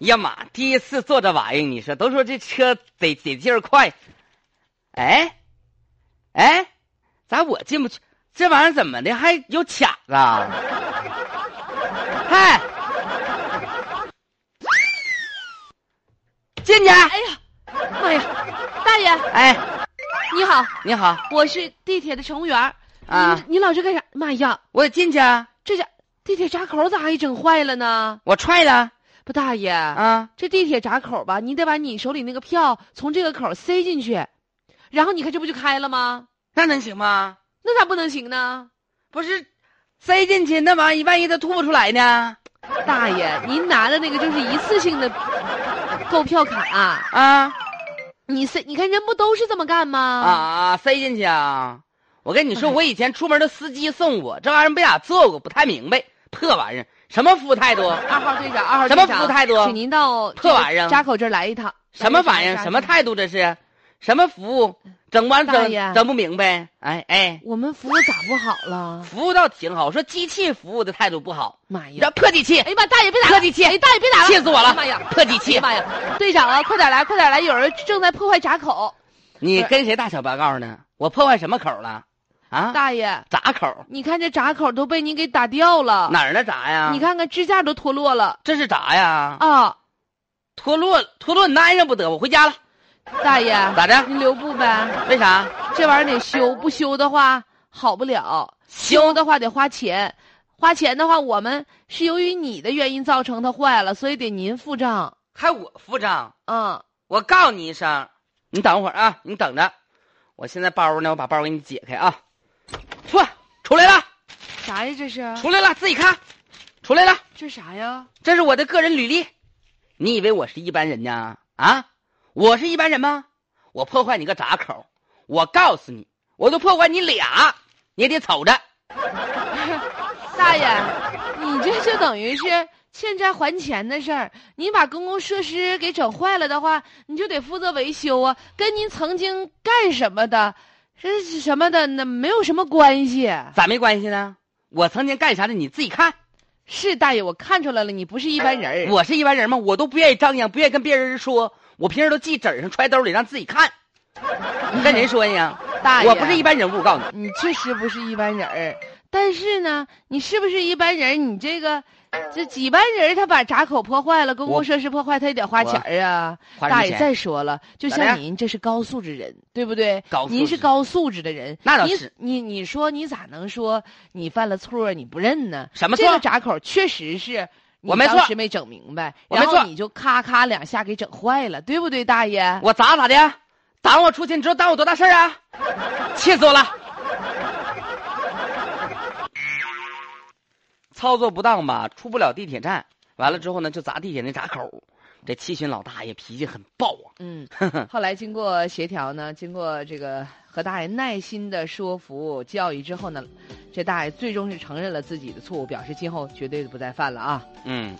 呀妈，第一次坐这玩意儿，你说都说这车得得劲儿快。哎，哎，咋我进不去？这玩意儿怎么的还有卡子啊？嗨，进去。哎呀，哎呀，大爷哎，你好，你好，我是地铁的乘务员儿。啊你你老这干啥？妈呀，我进去啊，这家地铁闸口咋还整坏了呢？我踹了不，大爷，啊。这地铁闸口吧，你得把你手里那个票从这个口塞进去，然后你看这不就开了吗？那能行吗？那咋不能行呢？不是，塞进去那玩意儿，万一它吐不出来呢？大爷，您拿的那个就是一次性的购票卡、啊你塞，你看人不都是这么干吗？啊，塞进去啊！我跟你说，哎我以前出门的司机送我这玩意儿没咋坐过，不太明白，破玩意儿，什么服务态度，二号队长，二号什队么长，服务态度请您到破玩意儿闸口这儿来一趟。什么玩意儿，什么度？态度这是，什么服务，整完大整爷整不明白。哎哎，我们服务咋不好了？服务倒挺好，我说机器服务的态度不好，妈你哎呀这！破机器哎，呀妈，大爷别打了！客气气哎，大爷别打了！气死我了妈呀！破机哎器呀，妈呀！队长啊，快点来，快点来！有人正在破坏闸口。你不是跟谁大小报告呢？我破坏什么口了？啊，大爷，咋口？你看这闸口都被你给打掉了，哪儿呢？咋呀？啊你看看支架都脱落了这是咋呀？啊！脱落脱落，你挨上不得，我回家了。大爷，咋的？您留步呗，为啥？这玩意儿得修，不修的话好不了。修的话得花钱，花钱的话，我们是由于你的原因造成它坏了，所以得您付账。还我付账？嗯，我告你一声，你等会儿啊，你等着，我现在包呢，我把包给你解开啊。嚯，出来了，啥呀？这是出来了，自己看，出来了，这啥呀？这是我的个人履历。你以为我是一般人呢？啊，我是一般人吗？我破坏你个闸口，我告诉你，我都破坏你俩，你也得瞅着。大爷，你这就等于是欠债还钱的事儿。您把公共设施给整坏了的话，你就得负责维修啊，跟您曾经干什么的，这是什么的，那没有什么关系。咋没关系呢？我曾经干啥的，你自己看。是大爷，我看出来了，你不是一般人儿。我是一般人吗？我都不愿意张扬，不愿意跟别人说。我平时都系纸上，揣兜里，让自己看。你跟谁说呀？大爷，啊我不是一般人物，我告诉你，你确实不是一般人儿，但是呢，你是不是一般人儿？你这个，这几般人儿他把闸口破坏了，公我共设施破坏，他也得花钱儿啊。花什大么爷，钱？再说了，就咋的呀像您这是高素质人，对不对？高素质您是高素质的人，那倒是你你你说你咋能说你犯了错儿你不认呢？什么这错个？闸口确实是。我没错当时没整明白，我没然错后你就咔咔两下给整坏了，对不对，大爷？我砸咋的？打我出去，你知道耽误多大事儿啊？气死我了！操作不当吧，出不了地铁站。完了之后呢，就砸地铁那闸口。这七旬老大爷脾气很暴啊。 嗯，后来经过协调呢，经过这个和大爷耐心的说服、教育之后呢，这大爷最终是承认了自己的错误，表示今后绝对不再犯了啊。嗯，